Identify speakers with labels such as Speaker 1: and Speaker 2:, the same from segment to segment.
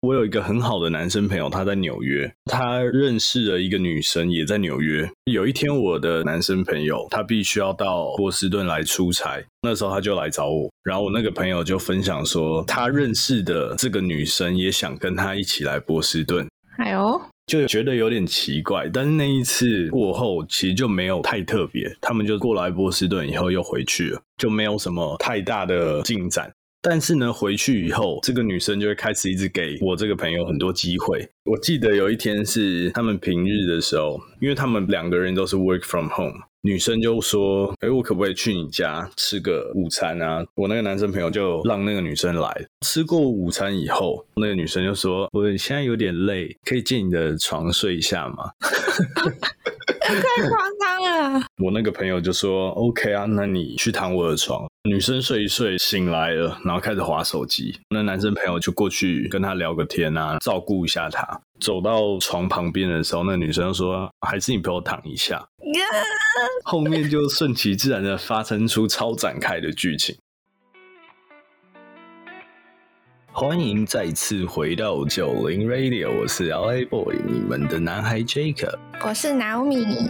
Speaker 1: 我有一个很好的男生朋友，他在纽约，他认识了一个女生，也在纽约。有一天，我的男生朋友他必须要到波士顿来出差，那时候他就来找我，然后我那个朋友就分享说，他认识的这个女生也想跟他一起来波士顿，
Speaker 2: 哎呦，
Speaker 1: 就觉得有点奇怪。但是那一次过后，其实就没有太特别，他们就过来波士顿以后又回去了，就没有什么太大的进展。但是呢，回去以后，这个女生就会开始一直给我这个朋友很多机会。我记得有一天是他们平日的时候，因为他们两个人都是 work from home，女生就说：“哎、我可不可以去你家吃个午餐啊？”我那个男生朋友就让那个女生来。吃过午餐以后，那个女生就说：“我现在有点累，可以借你的床睡一下吗？”
Speaker 2: 太夸张啊了！
Speaker 1: 我那个朋友就说 OK 啊，那你去躺我的床。女生睡一睡醒来了，然后开始划手机。那男生朋友就过去跟她聊个天啊，照顾一下她。走到床旁边的时候，那女生就说：“还是你陪我躺一下。
Speaker 2: 呀”
Speaker 1: 后面就顺其自然的发生出超展开的剧情。欢迎再次回到九零 Radio，我是 LA Boy，你们的男孩 Jacob。
Speaker 2: 我是 Naomi。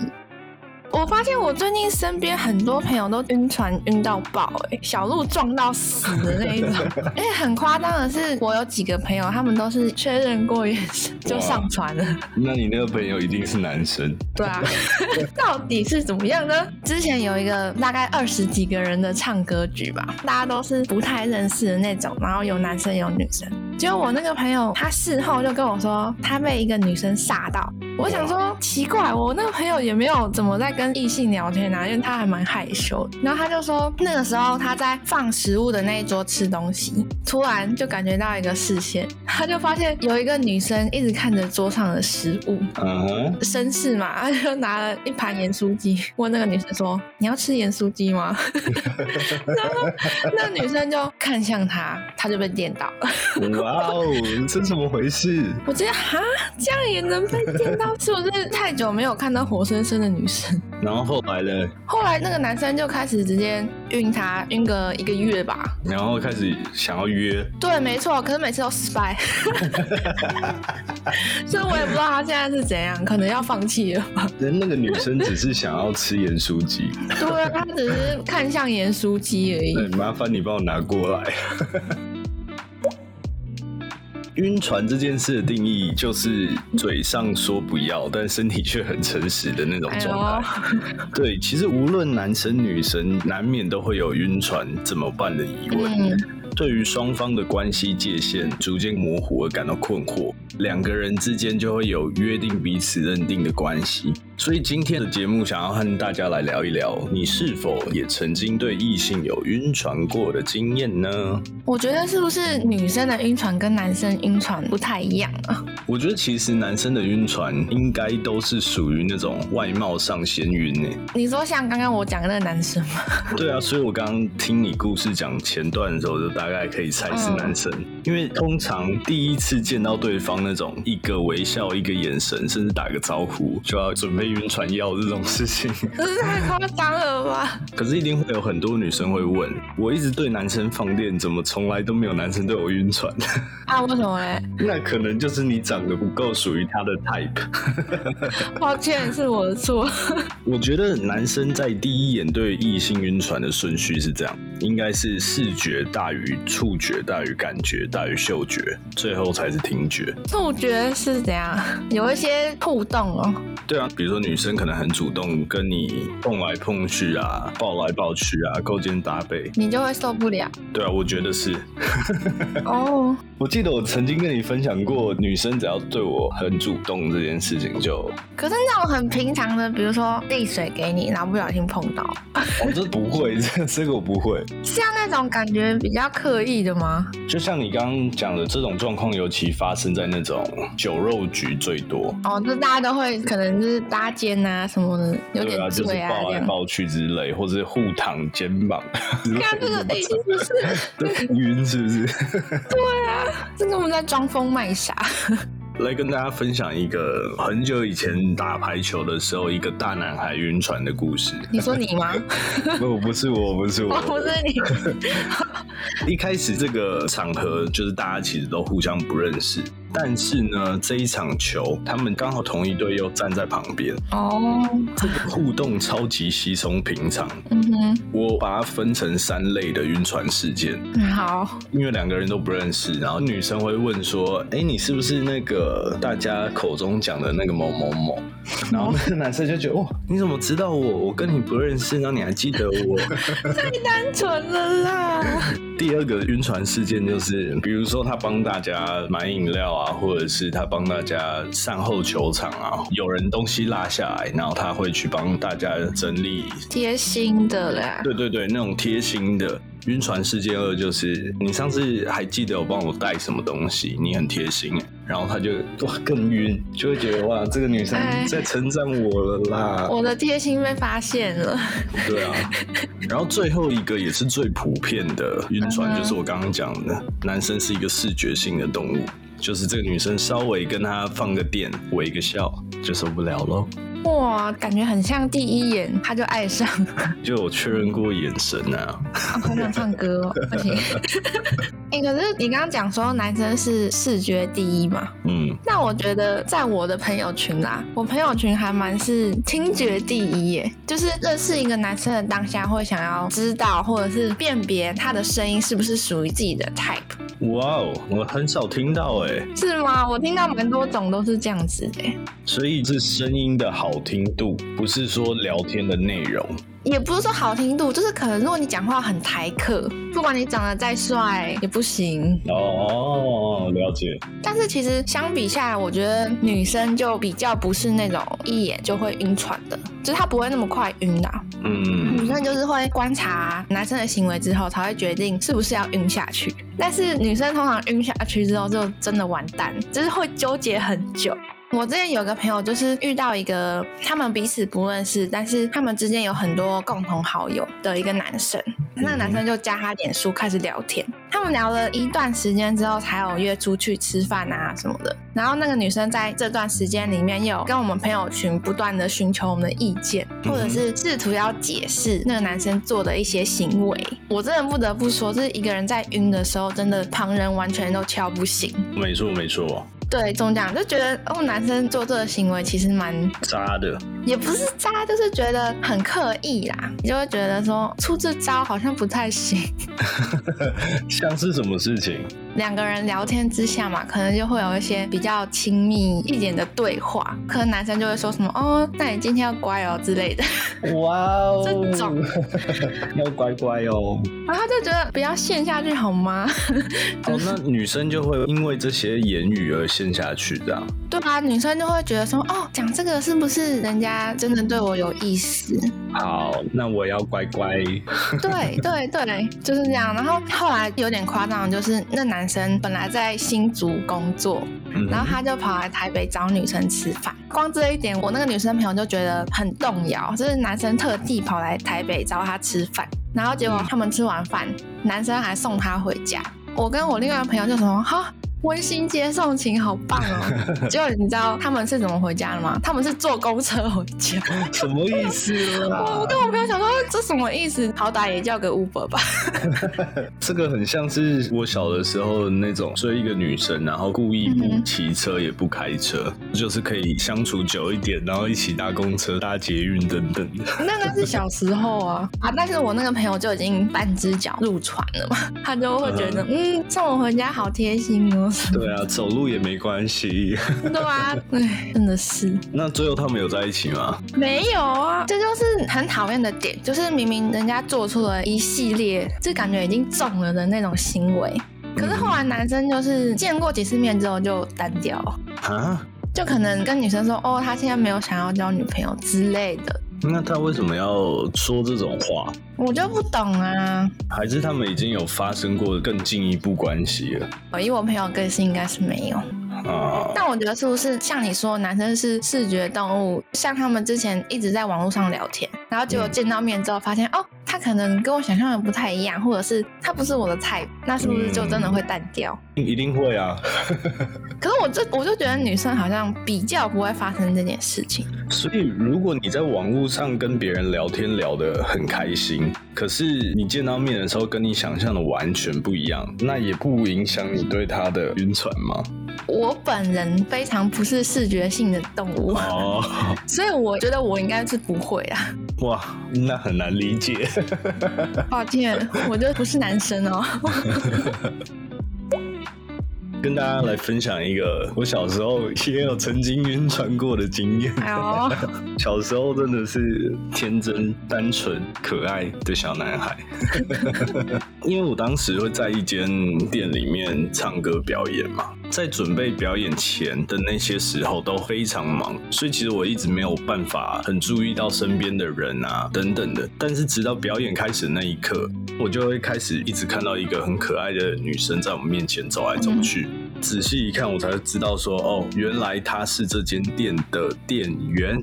Speaker 2: 我发现我最近身边很多朋友都晕船晕到爆、欸，小鹿撞到死的那一 种。而且很夸张的是，我有几个朋友，他们都是确认过眼神就上船了。
Speaker 1: 那你那个朋友一定是男生。
Speaker 2: 对啊， 到底是怎么样呢？之前有一个大概二十几个人的唱歌局吧，大家都是不太认识的那种，然后有男生有女生。结果我那个朋友，他事后就跟我说，他被一个女生吓到。我想说奇怪，我那个朋友也没有怎么在跟异性聊天啊，因为他还蛮害羞的。然后他就说，那个时候他在放食物的那一桌吃东西，突然就感觉到一个视线，他就发现有一个女生一直看着桌上的食物，
Speaker 1: 嗯哼，
Speaker 2: 绅士嘛，他就拿了一盘盐酥鸡，问那个女生说：“你要吃盐酥鸡吗？” 然后那女生就看向他，他就被电到了。
Speaker 1: 哇哦，这怎么回事？
Speaker 2: 我觉得哈，这样也能被电到， 是不是太久没有看到活生生的女生？
Speaker 1: 然后后来呢？
Speaker 2: 后来那个男生就开始直接晕她，晕个一个月吧。
Speaker 1: 然后开始想要约，
Speaker 2: 对，没错，可是每次都失败， 所以我也不知道他现在是怎样，可能要放弃了。
Speaker 1: 那个女生只是想要吃盐酥鸡。
Speaker 2: 对啊，他只是看向盐酥鸡而已。
Speaker 1: 对，哎麻烦你帮我拿过来。 晕船这件事的定义就是嘴上说不要，但身体却很诚实的那种状态。对，其实无论男生女生，难免都会有晕船怎么办的疑问。
Speaker 2: 嗯，
Speaker 1: 对于双方的关系界限逐渐模糊而感到困惑，两个人之间就会有约定彼此认定的关系。所以今天的节目想要和大家来聊一聊，你是否也曾经对异性有晕船过的经验呢？
Speaker 2: 我觉得是不是女生的晕船跟男生晕船不太一样啊？
Speaker 1: 我觉得其实男生的晕船应该都是属于那种外貌上先晕欸呢、
Speaker 2: 你说像刚刚我讲的那个男生吗？
Speaker 1: 对啊，所以我刚刚听你故事讲前段的时候，就大概可以猜是男生，因为通常第一次见到对方那种一个微笑、一个眼神，甚至打个招呼，就要准备晕船药这种事情。
Speaker 2: 这是太夸张了吧？
Speaker 1: 可是一定会有很多女生会问，我一直对男生放电，怎么从来都没有男生对我晕船？
Speaker 2: 啊，为什么嘞？
Speaker 1: 那可能就是你长得不够属于他的 type。
Speaker 2: 抱歉，是我的错。
Speaker 1: 我觉得男生在第一眼对异性晕船的顺序是这样，应该是视觉大于触觉大于感觉大于嗅觉，最后才是听觉。
Speaker 2: 触觉是怎样？有一些互动哦。
Speaker 1: 对啊，比如说女生可能很主动跟你碰来碰去啊，抱来抱去啊，勾肩搭背。
Speaker 2: 你就会受不了
Speaker 1: 对啊，我觉得是。
Speaker 2: 哦，
Speaker 1: 我记得我曾经跟你分享过，女生只要对我很主动这件事情就，
Speaker 2: 可是那种很平常的，比如说递水给你，然后不小心碰到，
Speaker 1: 我、哦这不会， 这这个我不会。
Speaker 2: 像那种感觉比较刻意的吗？
Speaker 1: 就像你刚刚讲的，这种状况尤其发生在那种酒肉局最多。
Speaker 2: 哦，这大家都会，可能是搭肩啊什么的，有
Speaker 1: 对
Speaker 2: 点
Speaker 1: 啊，就是
Speaker 2: 醉啊
Speaker 1: 抱
Speaker 2: 这
Speaker 1: 来
Speaker 2: 样。
Speaker 1: 抱去之类，或者是互躺肩膀，
Speaker 2: 看这个已经不啊是，哎
Speaker 1: 晕是不是？
Speaker 2: 这个我们在装疯卖 傻。
Speaker 1: 来跟大家分享一个很久以前打排球的时候，一个大男孩晕船的故 事。
Speaker 2: 你说你吗？
Speaker 1: 不，不是我，不是
Speaker 2: 哦我
Speaker 1: 我，
Speaker 2: 不是 你。
Speaker 1: 一开始这个场合就是大家其实都互相不认识，但是呢，这一场球他们刚好同一队又站在旁边，
Speaker 2: 哦，
Speaker 1: 这个互动超级稀松平常。
Speaker 2: 嗯哼，
Speaker 1: 我把它分成三类的晕船事件，
Speaker 2: 好，
Speaker 1: 因为两个人都不认识，然后女生会问说：“哎、你是不是那个大家口中讲的那个某某某？”然后那个男生就觉得：“哇，你怎么知道我？我跟你不认识，然后你还记得我？”
Speaker 2: 单纯了啦，
Speaker 1: 第二个晕船事件就是，比如说他帮大家买饮料啊，或者是他帮大家善后球场啊，有人东西落下来，然后他会去帮大家整理。
Speaker 2: 贴心的啦，
Speaker 1: 对对对，那种贴心的晕船事件二就是，你上次还记得我帮我带什么东西，你很贴心耶，然后他就哇更晕，就会觉得哇这个女生
Speaker 2: 哎
Speaker 1: 在称赞我了啦。
Speaker 2: 我的贴心被发现了，
Speaker 1: 对啊，然后最后一个也是最普遍的晕船，
Speaker 2: 嗯哼
Speaker 1: 就是我刚刚讲的，男生是一个视觉性的动物，就是这个女生稍微跟他放个电，微个笑就受不了咯。
Speaker 2: 哇，感觉很像第一眼他就爱上了，
Speaker 1: 就有确认过眼神啊，
Speaker 2: 哦好想唱歌哦，不 行。哎、可是你刚刚讲说男生是视觉第一嘛？
Speaker 1: 嗯，
Speaker 2: 那我觉得在我的朋友群啦，我朋友群还蛮是听觉第一耶，就是认识一个男生的当下会想要知道或者是辨别他的声音是不是属于自己的 type，
Speaker 1: 哇哦，我很少听到哎、
Speaker 2: 是吗？我听到蛮多种都是这样子的耶，
Speaker 1: 所以是声音的好听度，不是说聊天的内容。
Speaker 2: 也不是说好听度，就是可能如果你讲话很台客，不管你长得再帅也不行。
Speaker 1: 哦，了解，
Speaker 2: 但是其实相比下来，我觉得女生就比较不是那种一眼就会晕船的，就是她不会那么快晕啊的、女
Speaker 1: 嗯，
Speaker 2: 生就是会观察男生的行为之后，才会决定是不是要晕下去。但是女生通常晕下去之后，就真的完蛋，就是会纠结很久。我之前有个朋友，就是遇到一个他们彼此不认识，但是他们之间有很多共同好友的一个男生，那个男生就加他脸书开始聊天。他们聊了一段时间之后，才有约出去吃饭啊什么的。然后那个女生在这段时间里面，有跟我们朋友群不断的寻求我们的意见，或者是试图要解释那个男生做的一些行为。我真的不得不说，就是一个人在晕的时候，真的旁人完全都敲不醒。
Speaker 1: 没错没错，
Speaker 2: 对，中奖就觉得哦，男生做这个行为其实蛮
Speaker 1: 渣的，
Speaker 2: 也不是渣，就是觉得很刻意啦，你就会觉得说出这招好像不太行。
Speaker 1: 像是什么事情？
Speaker 2: 两个人聊天之下嘛，可能就会有一些比较亲密一点的对话，可能男生就会说什么哦，那你今天要乖哦之类的，
Speaker 1: 哇哦
Speaker 2: 这种
Speaker 1: 要乖乖哦。
Speaker 2: 然后他就觉得不要陷下去好吗？
Speaker 1: 哦，那女生就会因为这些言语而陷下去，这样。
Speaker 2: 对啊，女生就会觉得说哦，讲这个是不是人家真的对我有意思？
Speaker 1: 好，那我要乖乖。
Speaker 2: 对对对，就是这样。然后后来有点夸张，就是那男生本来在新竹工作，
Speaker 1: 嗯
Speaker 2: 然后他就跑来台北找女生吃饭。光这一点，我那个女生朋友就觉得很动摇，就是男生特地跑来台北找她吃饭，然后结果他们吃完饭，男生还送她回家。我跟我另外一个朋友就什么哈。温馨接送情，好棒哦！结果你知道他们是怎么回家的吗？他们是坐公车回家。
Speaker 1: 什么意思啊
Speaker 2: 我
Speaker 1: 啦？
Speaker 2: 跟我朋友想说，这什么意思？好歹也叫个 Uber 吧。
Speaker 1: 这个很像是我小的时候那种追一个女生，然后故意不
Speaker 2: 嗯哼
Speaker 1: 骑车也不开车，就是可以相处久一点，然后一起搭公车、搭捷运等等的。
Speaker 2: 那那是小时候啊啊！但是我那个朋友就已经半只脚入船了嘛， 他就会觉得，嗯，送我回家好贴心哦，
Speaker 1: 对啊，走路也没关系。
Speaker 2: 对啊，哎，真的是
Speaker 1: 那最后他们有在一起吗？
Speaker 2: 没有啊，这就是很讨厌的点，就是明明人家做出了一系列，就感觉已经中了的那种行为，可是后来男生就是见过几次面之后就单调，
Speaker 1: 啊？
Speaker 2: 就可能跟女生说，哦，他现在没有想要交女朋友之类的，
Speaker 1: 那他为什么要说这种话？
Speaker 2: 我就不懂啊。
Speaker 1: 还是他们已经有发生过更进一步关系了
Speaker 2: 哦以我朋友个性应该是没有。
Speaker 1: 啊？
Speaker 2: 但我觉得是不是像你说，男生是视觉动物，像他们之前一直在网络上聊天，然后结果见到面之后发现，哦，他可能跟我想象的不太一样，或者是他不是我的菜，那是不是就真的会淡掉？
Speaker 1: 一定会啊！
Speaker 2: 可是我这我就觉得女生好像比较不会发生这件事情，
Speaker 1: 所以如果你在网络上跟别人聊天聊得很开心，可是你见到面的时候跟你想象的完全不一样，那也不影响你对他的晕船吗？
Speaker 2: 我本人非常不是视觉性的动物，
Speaker 1: 哦，
Speaker 2: 所以我觉得我应该是不会啊。
Speaker 1: 哇，那很难理解。
Speaker 2: 抱歉，我就不是男生哦。
Speaker 1: 跟大家来分享一个我小时候也有曾经晕船过的经验。
Speaker 2: 哎呦，
Speaker 1: 小时候真的是天真、单纯、可爱的小男孩， 因为我当时会在一间店里面唱歌表演嘛，在准备表演前的那些时候都非常忙，所以其实我一直没有办法很注意到身边的人啊等等的。但是直到表演开始那一刻，我就会开始一直看到一个很可爱的女生在我们面前走来走去。仔细一看，我才知道说，哦，原来她是这间店的店员。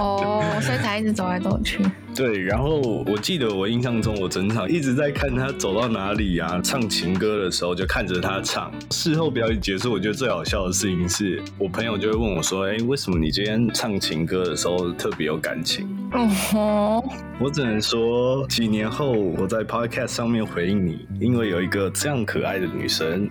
Speaker 2: 哦，所以才一直走来走去。
Speaker 1: 对，然后我记得我印象中，我整场一直在看他走到哪里啊，唱情歌的时候就看着他唱。事后表演结束，我觉得最好笑的事情是我朋友就会问我说：“哎，为什么你今天唱情歌的时候特别有感情
Speaker 2: 哦吼，？”
Speaker 1: 我只能说，几年后我在 podcast 上面回应你，因为有一个这样可爱的女生。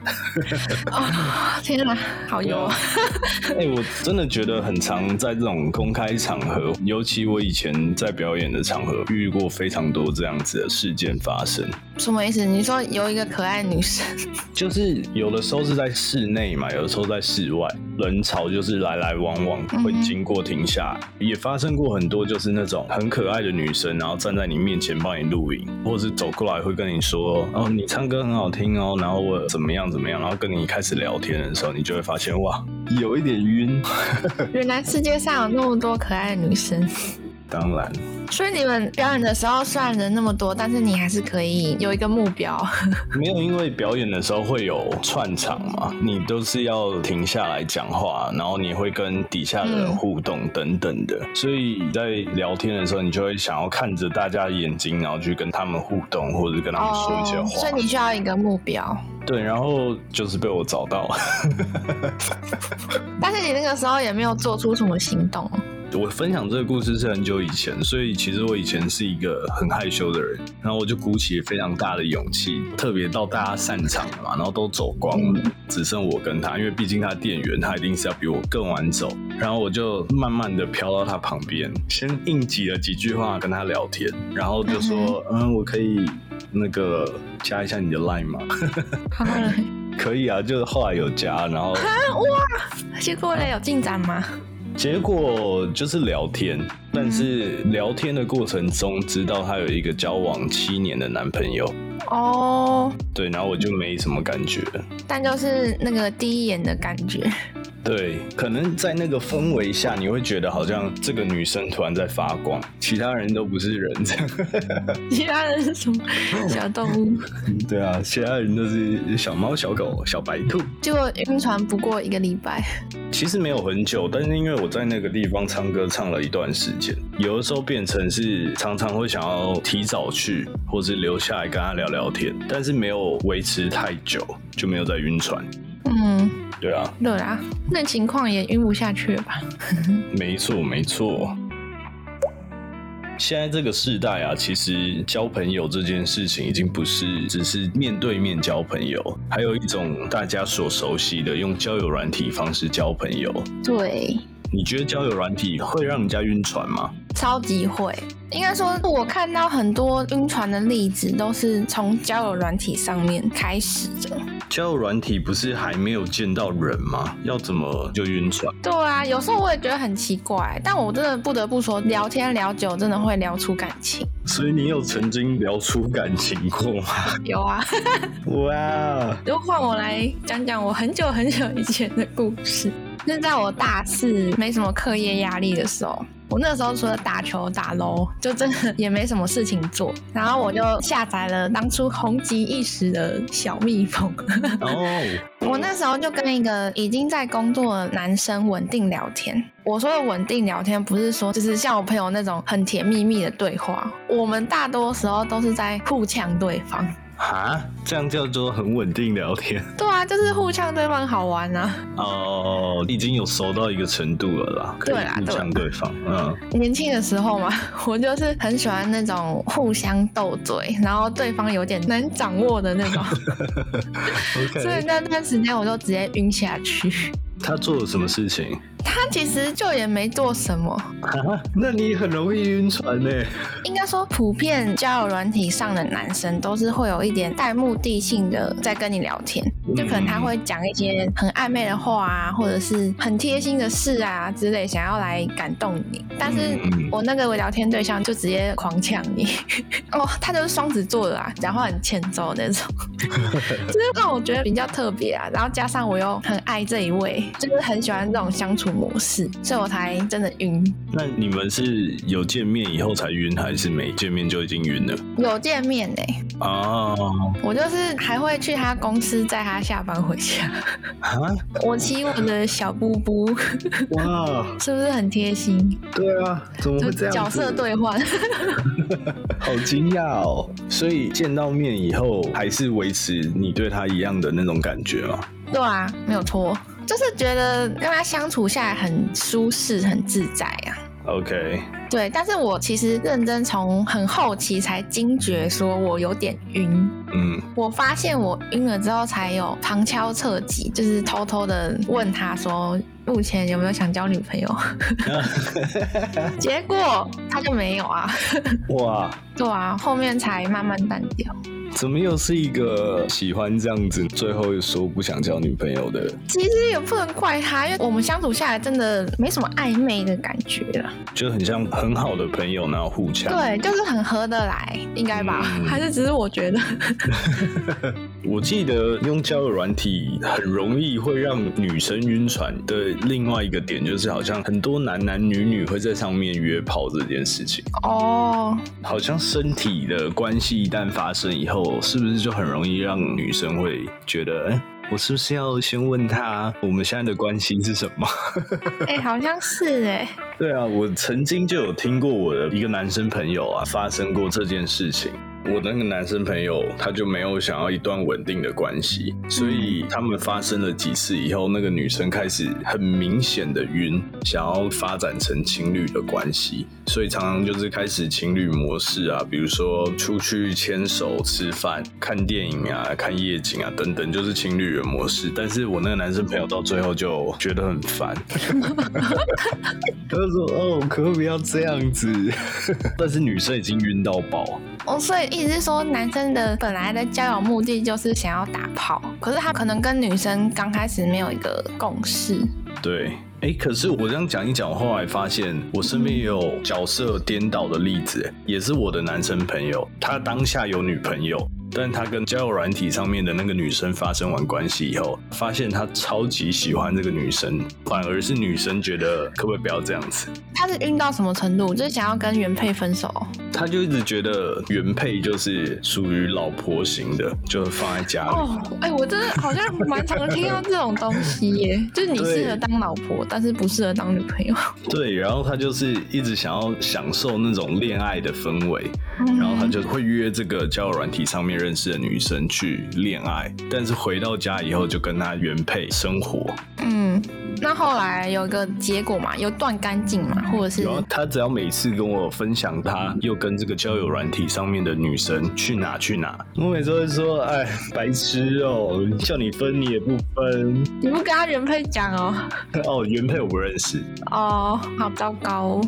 Speaker 2: 啊，天哪，好油啊！
Speaker 1: 哎、我真的觉得很常在这种公开场合，尤其我以前在表演的场合遇过非常多这样子的事件发生。
Speaker 2: 什么意思？你说有一个可爱 女生，
Speaker 1: 就是有的时候是在室内嘛，有的时候在室外，人潮就是来来往往，会经过停下，也发生过很多就是那种很可爱的女生，然后站在你面前帮你录影，或者是走过来会跟你说，哦，你唱歌很好听哦，然后我怎么样怎么样，然后跟你开始聊天的时候，你就会发现哇，有一点晕。
Speaker 2: 原来世界上有那么多可爱的女生。
Speaker 1: 当然，
Speaker 2: 所以你们表演的时候虽然人那么多，但是你还是可以有一个目标。
Speaker 1: 没有，因为表演的时候会有串场嘛，你都是要停下来讲话，然后你会跟底下的人互动等等的，所以在聊天的时候，你就会想要看着大家的眼睛，然后去跟他们互动，或者跟他们说一些话。
Speaker 2: 哦所以你需要一个目标。
Speaker 1: 对，然后就是被我找到，
Speaker 2: 但是你那个时候也没有做出什么行动，
Speaker 1: 我分享这个故事是很久以前，所以其实我以前是一个很害羞的人，然后我就鼓起非常大的勇气，特别到大家散场了嘛，然后都走光了，只剩我跟他，因为毕竟他店员，他一定是要比我更晚走，然后我就慢慢的飘到他旁边，先应急了几句话跟他聊天，然后就说，嗯，我可以那个加一下你的 line 吗？
Speaker 2: 好 了，
Speaker 1: 可以啊，就是后来有加，然后。
Speaker 2: 结果嘞有进展吗？
Speaker 1: 结果就是聊天，但是聊天的过程中知道她有一个交往七年的男朋友，
Speaker 2: 哦，
Speaker 1: 对，然后我就没什么感觉。
Speaker 2: 但就是那个第一眼的感觉，
Speaker 1: 对，可能在那个氛围下，你会觉得好像这个女生突然在发光，其他人都不是人这样。
Speaker 2: 其他人是什么小动物？
Speaker 1: 对啊，其他人都是小猫、小狗、小白兔。
Speaker 2: 结果晕船不过一个礼拜，
Speaker 1: 其实没有很久，但是因为我在那个地方唱歌唱了一段时间，有的时候变成是常常会想要提早去，或是留下来跟他聊聊天，但是没有维持太久，就没有再晕船。
Speaker 2: 嗯，
Speaker 1: 对啊，
Speaker 2: 对啦，那情况也晕不下去了吧？
Speaker 1: 没错没错。现在这个时代啊，其实交朋友这件事情已经不是只是面对面交朋友，还有一种大家所熟悉的用交友软体方式交朋友。
Speaker 2: 对，
Speaker 1: 你觉得交友软体会让人家晕船吗？
Speaker 2: 超级会。应该说，我看到很多晕船的例子都是从交友软体上面开始的。
Speaker 1: 交友软体不是还没有见到人吗？要怎么就晕船？
Speaker 2: 对啊，有时候我也觉得很奇怪，但我真的不得不说，聊天聊久真的会聊出感情。
Speaker 1: 所以你有曾经聊出感情过吗？
Speaker 2: 有啊，
Speaker 1: 哇，
Speaker 2: 如果换我来讲讲我很久很久以前的故事，那在我大四没什么课业压力的时候。我那时候除了打球打楼，就真的也没什么事情做，然后我就下载了当初红极一时的小蜜蜂，
Speaker 1: 哦，
Speaker 2: 我那时候就跟一个已经在工作的男生稳定聊天。我说的稳定聊天，不是说就是像我朋友那种很甜蜜蜜的对话。我们大多时候都是在互呛对方，
Speaker 1: 啊，这样叫做很稳定聊天
Speaker 2: 对啊，就是互呛对方好玩啊。
Speaker 1: 哦，已经有熟到一个程度了啦，可以
Speaker 2: 对啦
Speaker 1: 互
Speaker 2: 对
Speaker 1: 相对方，嗯，
Speaker 2: 年轻的时候嘛， 我就是很喜欢那种互相斗嘴，然后对方有点难掌握的那种，所以
Speaker 1: OK，
Speaker 2: 那段时间我就直接晕下去。
Speaker 1: 他做了什么事情？
Speaker 2: 他其实就也没做什么，
Speaker 1: 啊，那你很容易晕船欸呢、
Speaker 2: 应该说普遍交友软体上的男生都是会有一点带目的性的在跟你聊天，
Speaker 1: 嗯
Speaker 2: 就可能他会讲一些很暧昧的话啊，或者是很贴心的事啊之类，想要来感动你。但是
Speaker 1: 嗯嗯
Speaker 2: 我那个聊天对象就直接狂呛你， 哦，他就是双子座的啊，讲话很欠揍那种， 就是让我觉得比较特别啊。然后加上我又很爱这一位，就是很喜欢这种相处模式，所以我才真的晕。
Speaker 1: 那你们是有见面以后才晕，还是没见面就已经晕了？
Speaker 2: 有见面欸呢、
Speaker 1: 哦，
Speaker 2: 我就是还会去他公司，载他下班 回家。
Speaker 1: 啊，
Speaker 2: 我骑我的小布布，
Speaker 1: 哇，
Speaker 2: 是不是很贴心？
Speaker 1: 对啊，怎么
Speaker 2: 就
Speaker 1: 会这样？
Speaker 2: 角色，兑换，
Speaker 1: 好惊讶哦！所以见到面以后，还是维持你对他一样的那种感觉吗？
Speaker 2: 对啊，没有错，就是觉得跟他相处下来很舒适、很自在啊。
Speaker 1: OK，
Speaker 2: 对，但是我其实认真从很后期才惊觉，说我有点晕。
Speaker 1: 嗯，
Speaker 2: 我发现我晕了之后，才有旁敲侧击，就是偷偷的问他说，目前有没有想交女朋友？ 结果他就没有啊。
Speaker 1: 哇，
Speaker 2: 对啊，后面才慢慢淡掉。
Speaker 1: 怎么又是一个喜欢这样子，最后又说不想交女朋友的人，
Speaker 2: 其实也不能怪他，因为我们相处下来真的没什么暧昧的感觉了。
Speaker 1: 就很像很好的朋友，然后互呛。
Speaker 2: 对，就是很合得来，应该吧？
Speaker 1: 嗯
Speaker 2: 还是只是我觉得？
Speaker 1: 我记得用交友软体很容易会让女生晕船的另外一个点，就是好像很多男男女女会在上面约炮这件事情，
Speaker 2: 哦，
Speaker 1: 好像身体的关系一旦发生以后，是不是就很容易让女生会觉得，哎、我是不是要先问他我们现在的关系是什么？
Speaker 2: 哎、好像是哎、
Speaker 1: 对啊，我曾经就有听过我的一个男生朋友啊发生过这件事情。我的那个男生朋友他就没有想要一段稳定的关系，所以他们发生了几次以后，那个女生开始很明显的晕，想要发展成情侣的关系，所以常常就是开始情侣模式啊，比如说出去牵手、吃饭、看电影啊、看夜景啊等等，就是情侣的模式。但是我那个男生朋友到最后就觉得很烦，他就说：“哦，可不可以不要这样子。” 但是女生已经晕到爆，
Speaker 2: 哦，所以意思是说，男生的本来的交友目的就是想要打炮，可是他可能跟女生刚开始没有一个共识。
Speaker 1: 对。哎，可是我这样讲一讲，我后来发现我身边也有角色颠倒的例子，诶也是我的男生朋友，他当下有女朋友，但他跟交友软体上面的那个女生发生完关系以后，发现他超级喜欢这个女生，反而是女生觉得可不可以不要这样子，
Speaker 2: 他是晕到什么程度？就是想要跟原配分手？
Speaker 1: 他就一直觉得原配就是属于老婆型的，就是放在家里。
Speaker 2: 哦，哎、我真的好像蛮常听到这种东西耶， 就是你
Speaker 1: 对
Speaker 2: 适合当老婆，但是不适合当女朋友。
Speaker 1: 对，然后他就是一直想要享受那种恋爱的氛围，然后他就会约这个交友软体上面认识的女生去恋爱，但是回到家以后就跟他原配生活，
Speaker 2: 嗯，那后来有一个结果嘛，有断干净嘛，或者是
Speaker 1: 然后他只要每次跟我分享他又跟这个交友软体上面的女生去哪去哪，我每次都会说，哎，白痴哦，叫你分你也不分，
Speaker 2: 你不跟他原配讲哦，
Speaker 1: 哦，原配我不认识，
Speaker 2: 哦，好糟糕哦。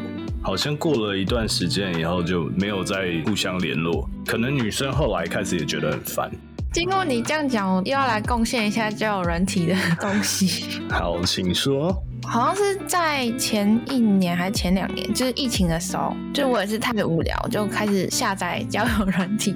Speaker 1: 好像过了一段时间以后就没有再互相联络，可能女生后来开始也觉得很烦。
Speaker 2: 经过你这样讲，我又要来贡献一下交友软体的东西。
Speaker 1: 好，请说。
Speaker 2: 好像是在前一年还是前两年，就是疫情的时候，就我也是太无聊，就开始下载交友软体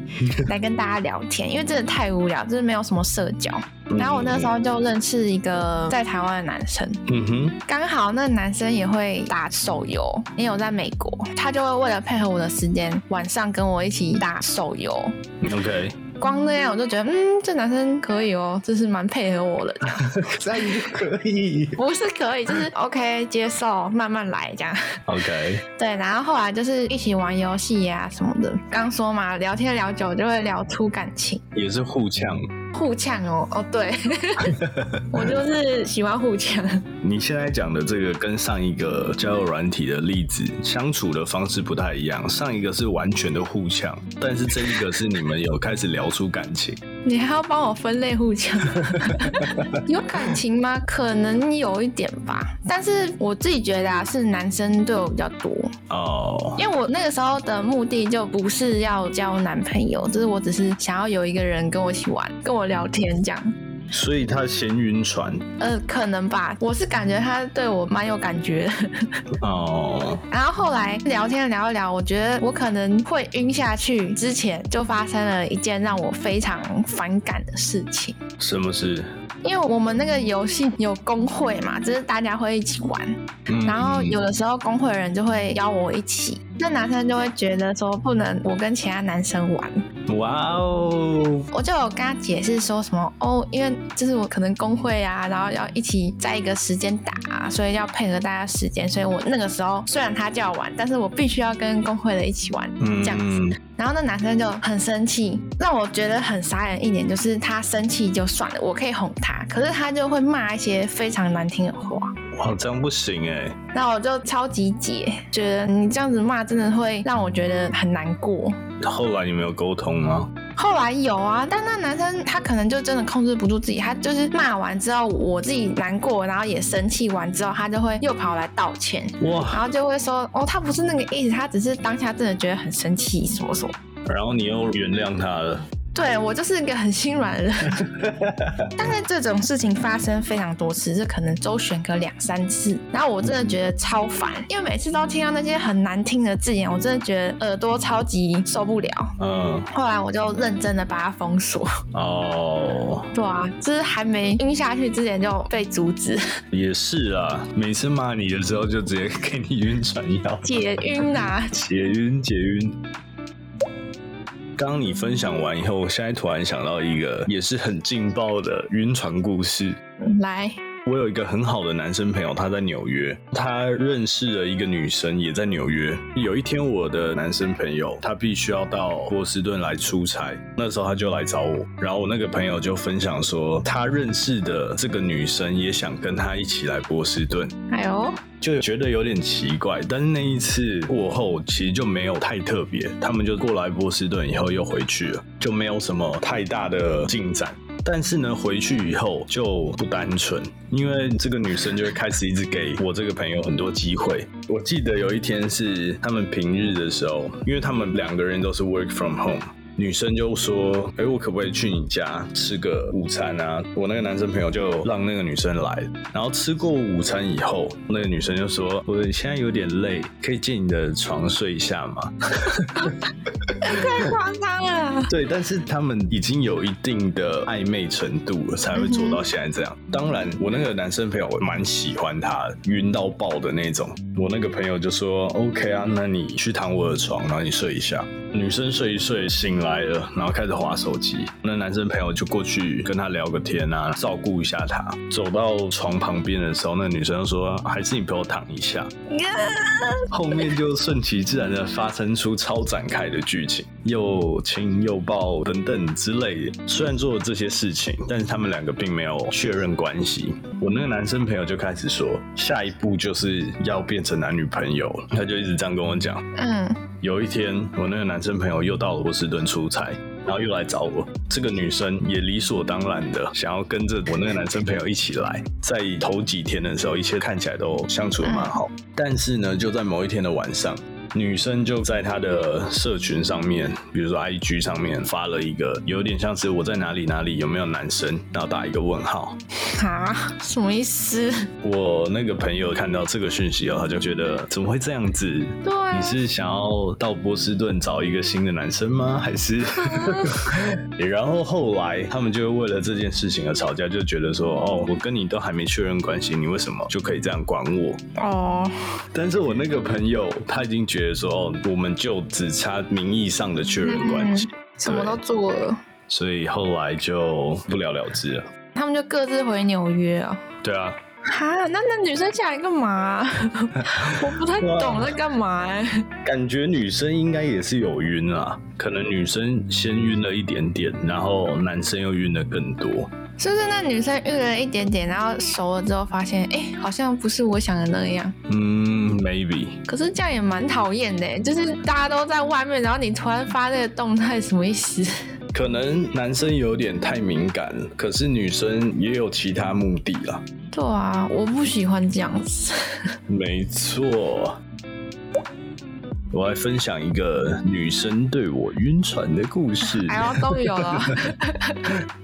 Speaker 2: 来跟大家聊天，因为真的太无聊，就是没有什么社交。然后我那时候就认识一个在台湾的男生，
Speaker 1: 嗯哼，
Speaker 2: 刚好那男生也会打手游，也有在美国，他就会为了配合我的时间，晚上跟我一起打手游。
Speaker 1: 嗯，OK，
Speaker 2: 光那样我就觉得，嗯，这男生可以哦，就是蛮配合我的。
Speaker 1: 那你就可以。
Speaker 2: 不是可以，就是 OK 接受，慢慢来这样。
Speaker 1: OK，
Speaker 2: 对，然后后来就是一起玩游戏呀、什么的。刚说嘛，聊天聊久就会聊出感情，
Speaker 1: 也是互呛。
Speaker 2: 互呛哦。哦，对，我就是喜欢互呛。
Speaker 1: 你现在讲的这个跟上一个交友软体的例子相处的方式不太一样，上一个是完全的互呛，但是这一个是你们有开始聊出感情。
Speaker 2: 你还要帮我分类互呛？ 有感情吗？可能有一点吧，但是我自己觉得啊，是男生对我比较多，
Speaker 1: 哦，
Speaker 2: 因为我那个时候的目的就不是要交男朋友，就是我只是想要有一个人跟我一起玩，跟我聊天这样。
Speaker 1: 所以他先晕船
Speaker 2: 呃，可能吧，我是感觉他对我蛮有感觉的。
Speaker 1: 哦，
Speaker 2: 然后后来聊天聊一聊，我觉得我可能会晕下去。之前就发生了一件让我非常反感的事情。
Speaker 1: 什么事？
Speaker 2: 因为我们那个游戏有工会嘛，就是大家会一起玩，
Speaker 1: 嗯
Speaker 2: 然后有的时候工会人就会邀我一起，那男生就会觉得说不能我跟其他男生玩，
Speaker 1: 哇哦，
Speaker 2: 我就有跟他解释说什么哦，因为就是我可能工会啊，然后要一起在一个时间打、啊，所以要配合大家时间，所以我那个时候虽然他叫我玩，但是我必须要跟工会的一起玩，
Speaker 1: 嗯
Speaker 2: 这样子。然后那男生就很生气，让我觉得很傻眼一点，就是他生气就算了，我可以哄他，可是他就会骂一些非常难听的话。
Speaker 1: 哇，这样不行哎、
Speaker 2: 那我就超级解，觉得你这样子骂真的会让我觉得很难过。
Speaker 1: 后来你们有沟通吗？
Speaker 2: 后来有啊，但那男生他可能就真的控制不住自己，他就是骂完之后，我自己难过，然后也生气完之后，他就会又跑来道歉，
Speaker 1: 哇，
Speaker 2: 然后就会说哦，他不是那个意思，他只是当下真的觉得很生气，什么什么。
Speaker 1: 然后你又原谅他了，
Speaker 2: 对我就是一个很心软的人，但是这种事情发生非常多次，就可能周旋个两三次，然后我真的觉得超烦，因为每次都听到那些很难听的字眼，我真的觉得耳朵超级受不了。
Speaker 1: 嗯，
Speaker 2: 后来我就认真的把它封锁，
Speaker 1: 哦，
Speaker 2: 对啊，就是还没晕下去之前就被阻 止
Speaker 1: 也是啊，每次骂你的时候就直接给你晕船药，
Speaker 2: 解晕啊，
Speaker 1: 解晕解晕。刚刚你分享完以后，我现在突然想到一个也是很劲爆的晕船故事。
Speaker 2: 来，
Speaker 1: 我有一个很好的男生朋友，他在纽约，他认识了一个女生，也在纽约。有一天，我的男生朋友他必须要到波士顿来出差，那时候他就来找我，然后我那个朋友就分享说，他认识的这个女生也想跟他一起来波士顿，
Speaker 2: 哎呦，
Speaker 1: 就觉得有点奇怪。但是那一次过后，其实就没有太特别，他们就过来波士顿以后又回去了，就没有什么太大的进展。但是呢，回去以后就不单纯，因为这个女生就会开始一直给我这个朋友很多机会。我记得有一天是他们平日的时候，因为他们两个人都是 work from home。女生就说：“哎、我可不可以去你家吃个午餐啊？”我那个男生朋友就让那个女生来，然后吃过午餐以后，那个女生就说：“我现在有点累，可以借你的床睡一下吗？”
Speaker 2: 太夸张 了，
Speaker 1: 对，但是他们已经有一定的暧昧程度了，才会做到现在这样。当然，我那个男生朋友我蛮喜欢他，晕到爆的那种。我那个朋友就说：“OK 啊，那你去躺我的床，然后你睡一下。”女生睡一睡醒来了，然后开始划手机。那男生朋友就过去跟他聊个天啊，照顾一下他。走到床旁边的时候，那女生就说：“还是你陪我躺一下。”
Speaker 2: 嗯
Speaker 1: 后面就顺其自然的发生出超展开的剧情，又亲又抱等等之类的。虽然做了这些事情，但是他们两个并没有确认关系。我那个男生朋友就开始说，下一步就是要变成男女朋友了，他就一直这样跟我讲。
Speaker 2: 嗯，
Speaker 1: 有一天，我那个男生朋友又到了波士顿出差，然后又来找我。这个女生也理所当然的想要跟着我那个男生朋友一起来。在头几天的时候，一切看起来都相处的蛮好，但是呢，就在某一天的晚上。女生就在她的社群上面，比如说 IG 上面发了一个有点像是我在哪里哪里有没有男生，然后打一个问号，
Speaker 2: 啊，什么意思？
Speaker 1: 我那个朋友看到这个讯息后，哦他就觉得怎么会这样子？
Speaker 2: 对啊
Speaker 1: 你是想要到波士顿找一个新的男生吗？还 是？然后后来他们就为了这件事情而吵架，就觉得说，哦，我跟你都还没确认关系，你为什么就可以这样管我？
Speaker 2: 哦，
Speaker 1: 但是我那个朋友他已
Speaker 2: 嗯
Speaker 1: 经觉得说，哦，我们就只差名义上的确认关系，
Speaker 2: 什么都做了，
Speaker 1: 所以后来就不了了之了。
Speaker 2: 他们就各自回纽约啊、
Speaker 1: 对啊，
Speaker 2: 哈，那那女生下来干嘛 啊、我不太懂在干嘛哎、
Speaker 1: 感觉女生应该也是有晕啊，可能女生先晕了一点点，然后男生又晕的更多。
Speaker 2: 是不是那女生晕了一点点，然后熟了之后发现，哎、好像不是我想的那样。
Speaker 1: 嗯，maybe。
Speaker 2: 可是这样也蛮讨厌的欸，就是大家都在外面，然后你突然发这个动态，什么意思？
Speaker 1: 可能男生有点太敏感，可是女生也有其他目的啦。
Speaker 2: 对啊，我不喜欢这样子。
Speaker 1: 没错，我来分享一个女生对我晕船的故事。
Speaker 2: 哎呦，都有了，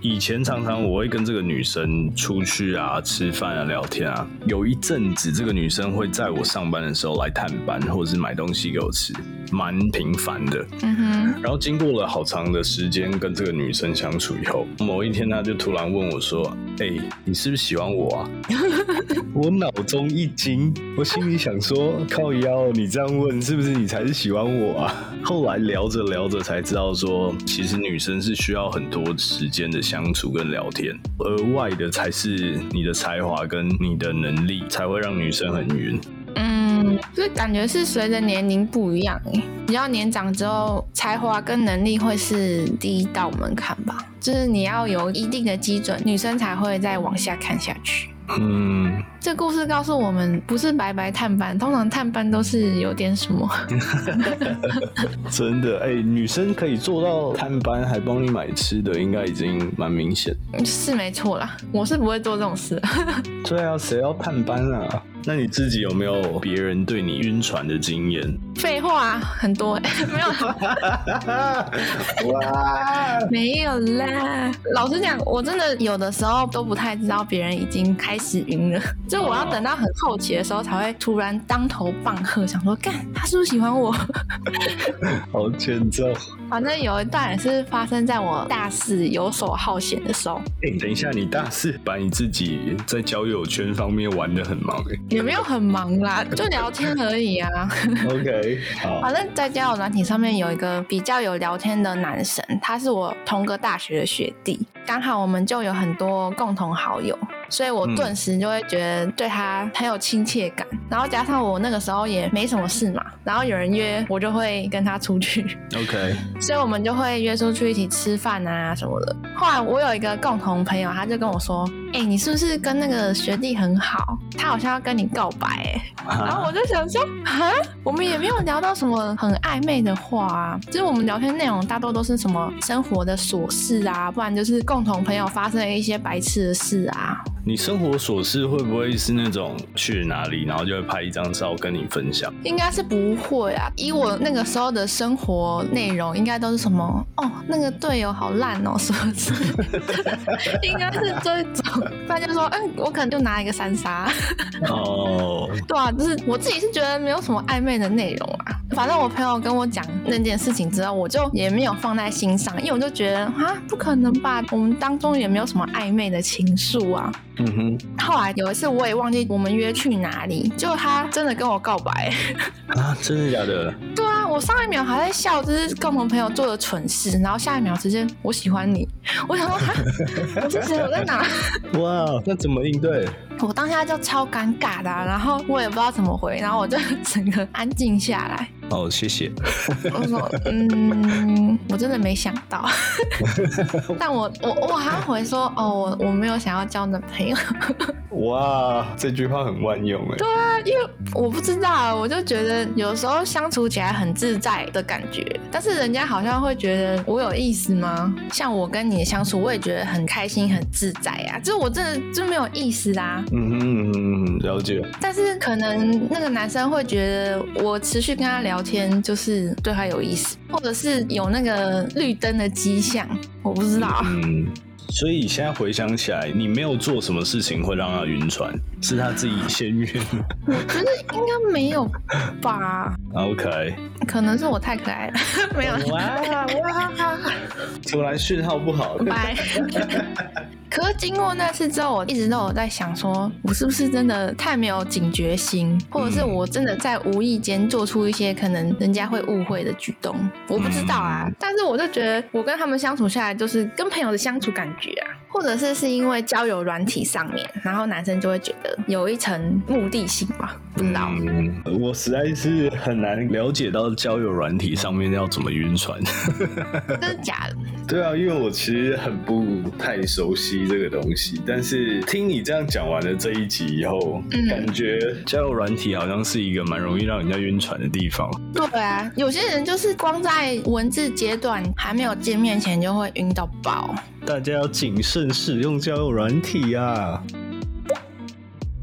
Speaker 1: 以前常常我会跟这个女生出去啊、吃饭啊、聊天啊。有一阵子，这个女生会在我上班的时候来探班，或者是买东西给我吃，蛮频繁的。
Speaker 2: 嗯哼，
Speaker 1: 然后经过了好长的时间跟这个女生相处以后，某一天她就突然问我说：“哎、你是不是喜欢我啊？” 我脑中一惊，我心里想说：“靠腰，你这样问是不是你才是喜欢我啊？”后来聊着聊着才知道说，其实女生是需要很多时间的相处跟聊天，额外的才是你的才华跟你的能力才会让女生很晕。
Speaker 2: 嗯，就是感觉是随着年龄不一样欸，比较年长之后，才华跟能力会是第一道门槛吧，就是你要有一定的基准，女生才会再往下看下去。
Speaker 1: 嗯，
Speaker 2: 这故事告诉我们，不是白白探班，通常探班都是有点什么。
Speaker 1: 真的，哎、女生可以做到探班还帮你买吃的，应该已经蛮明显。
Speaker 2: 是没错啦，我是不会做这种事。
Speaker 1: 对啊，谁要探班啊？那你自己有没有别人对你晕船的经验？
Speaker 2: 废话、很多、欸， 没有
Speaker 1: 哇，
Speaker 2: 没有啦。老实讲，我真的有的时候都不太知道别人已经开始晕了， 就我要等到很后期的时候才会突然当头棒喝，想说干他是不是喜欢我？
Speaker 1: 好欠揍！
Speaker 2: 反正有一段也是发生在我大四游手好闲的时候，
Speaker 1: 哎、等一下，你大四把你自己在交友圈方面玩的很忙、欸。
Speaker 2: 也没有很忙啦，就聊天而已啊。
Speaker 1: OK，好，
Speaker 2: 反正在交友软体上面有一个比较有聊天的男神，他是我同个大学的学弟，刚好我们就有很多共同好友，所以我
Speaker 1: 嗯
Speaker 2: 顿时就会觉得对他很有亲切感。然后加上我那个时候也没什么事嘛，然后有人约我就会跟他出去，
Speaker 1: OK，
Speaker 2: 所以我们就会约出去一起吃饭啊什么的。后来我有一个共同朋友，他就跟我说：“哎、你是不是跟那个学弟很好？他好像要跟你告白、欸。”
Speaker 1: 啊
Speaker 2: 然后我就想说，啊，我们也没有聊到什么很暧昧的话啊，就是我们聊天内容大多都是什么生活的琐事啊，不然就是共同朋友发生的一些白痴的事啊。
Speaker 1: 你生活琐事会不会是那种去哪里，然后就会拍一张照跟你分享？
Speaker 2: 应该是不会啊，以我那个时候的生活内容，应该都是什么哦，那个队友好烂哦， 什么之类的，应该是这种。不然就说，嗯，我可能就拿一个三杀。
Speaker 1: 哦，
Speaker 2: 对啊，就是我自己是觉得没有什么暧昧的内容啊。反正我朋友跟我讲那件事情之后，我就也没有放在心上，因为我就觉得啊，不可能吧，我们当中也没有什么暧昧的情愫啊。
Speaker 1: 嗯哼，
Speaker 2: 后来有一次我也忘记我们约去哪里，结果他真的跟我告白。
Speaker 1: 啊，真的假的？
Speaker 2: 对啊，我上一秒还在笑，就是共同朋友做的蠢事，然后下一秒直接我喜欢你， 我想说哈，我是谁？我在哪？
Speaker 1: 哇，那怎么应对？
Speaker 2: 我当下就超尴尬的啊、然后我也不知道怎么回，然后我就 整个安静下来。
Speaker 1: 哦，谢谢。
Speaker 2: 我说，嗯，我真的没想到， 但我我我还回说，哦，我我没有想要交男朋友，
Speaker 1: 哇，这句话很万用哎。
Speaker 2: 因为我不知道，啊我就觉得有时候相处起来很自在的感觉，但是人家好像会觉得我有意思吗？像我跟你的相处，我也觉得很开心、很自在啊，就是我真的就没有意思啦、
Speaker 1: 嗯哼嗯哼，嗯哼了解。
Speaker 2: 但是可能那个男生会觉得我持续跟他聊天就是对他有意思，或者是有那个绿灯的迹象，我不知道。
Speaker 1: 嗯，所以现在回想起来，你没有做什么事情会让他晕船，是他自己先晕。
Speaker 2: 我觉得应该没有吧，
Speaker 1: OK，
Speaker 2: 可能是我太可爱了， 没有啦。
Speaker 1: 哇哇，突然讯号不好，
Speaker 2: 拜。 可是经过那次之后，我一直都有在想说，我是不是真的太没有警觉心，或者是我真的在无意间做出一些可能人家会误会的举动，我不知道啊。
Speaker 1: 嗯
Speaker 2: 但是我就觉得，我跟他们相处下来，就是跟朋友的相处感觉啊，或者是是因为交友软体上面，然后男生就会觉得有一层目的性吧，不知道。
Speaker 1: 嗯，我实在是很难了解到交友软体上面要怎么晕船。
Speaker 2: 真的假的？
Speaker 1: 对啊，因为我其实很不太熟悉这个东西，但是听你这样讲完了这一集以后，
Speaker 2: 嗯
Speaker 1: 感觉交友软体好像是一个蛮容易让人家晕船的地方。
Speaker 2: 对啊，有些人就是光在文字阶段还没有见面前就会晕到爆。
Speaker 1: 大家要谨慎使用交友软体啊。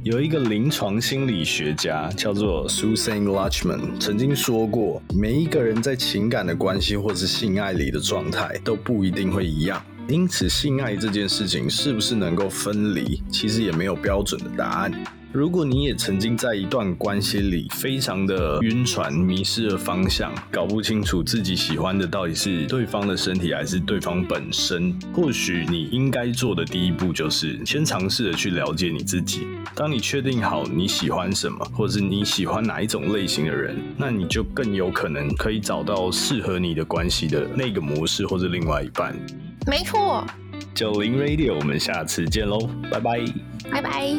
Speaker 1: 有一个临床心理学家叫做 Susan Lachman 曾经说过，每一个人在情感的关系或是性爱里的状态都不一定会一样，因此性爱这件事情是不是能够分离，其实也没有标准的答案。如果你也曾经在一段关系里非常的晕船、迷失了方向，搞不清楚自己喜欢的到底是对方的身体还是对方本身，或许你应该做的第一步就是先尝试着去了解你自己。当你确定好你喜欢什么，或者是你喜欢哪一种类型的人，那你就更有可能可以找到适合你的关系的那个模式或者另外一半。
Speaker 2: 没错，
Speaker 1: 九零 Radio，我们下次见喽，拜拜。
Speaker 2: 拜拜。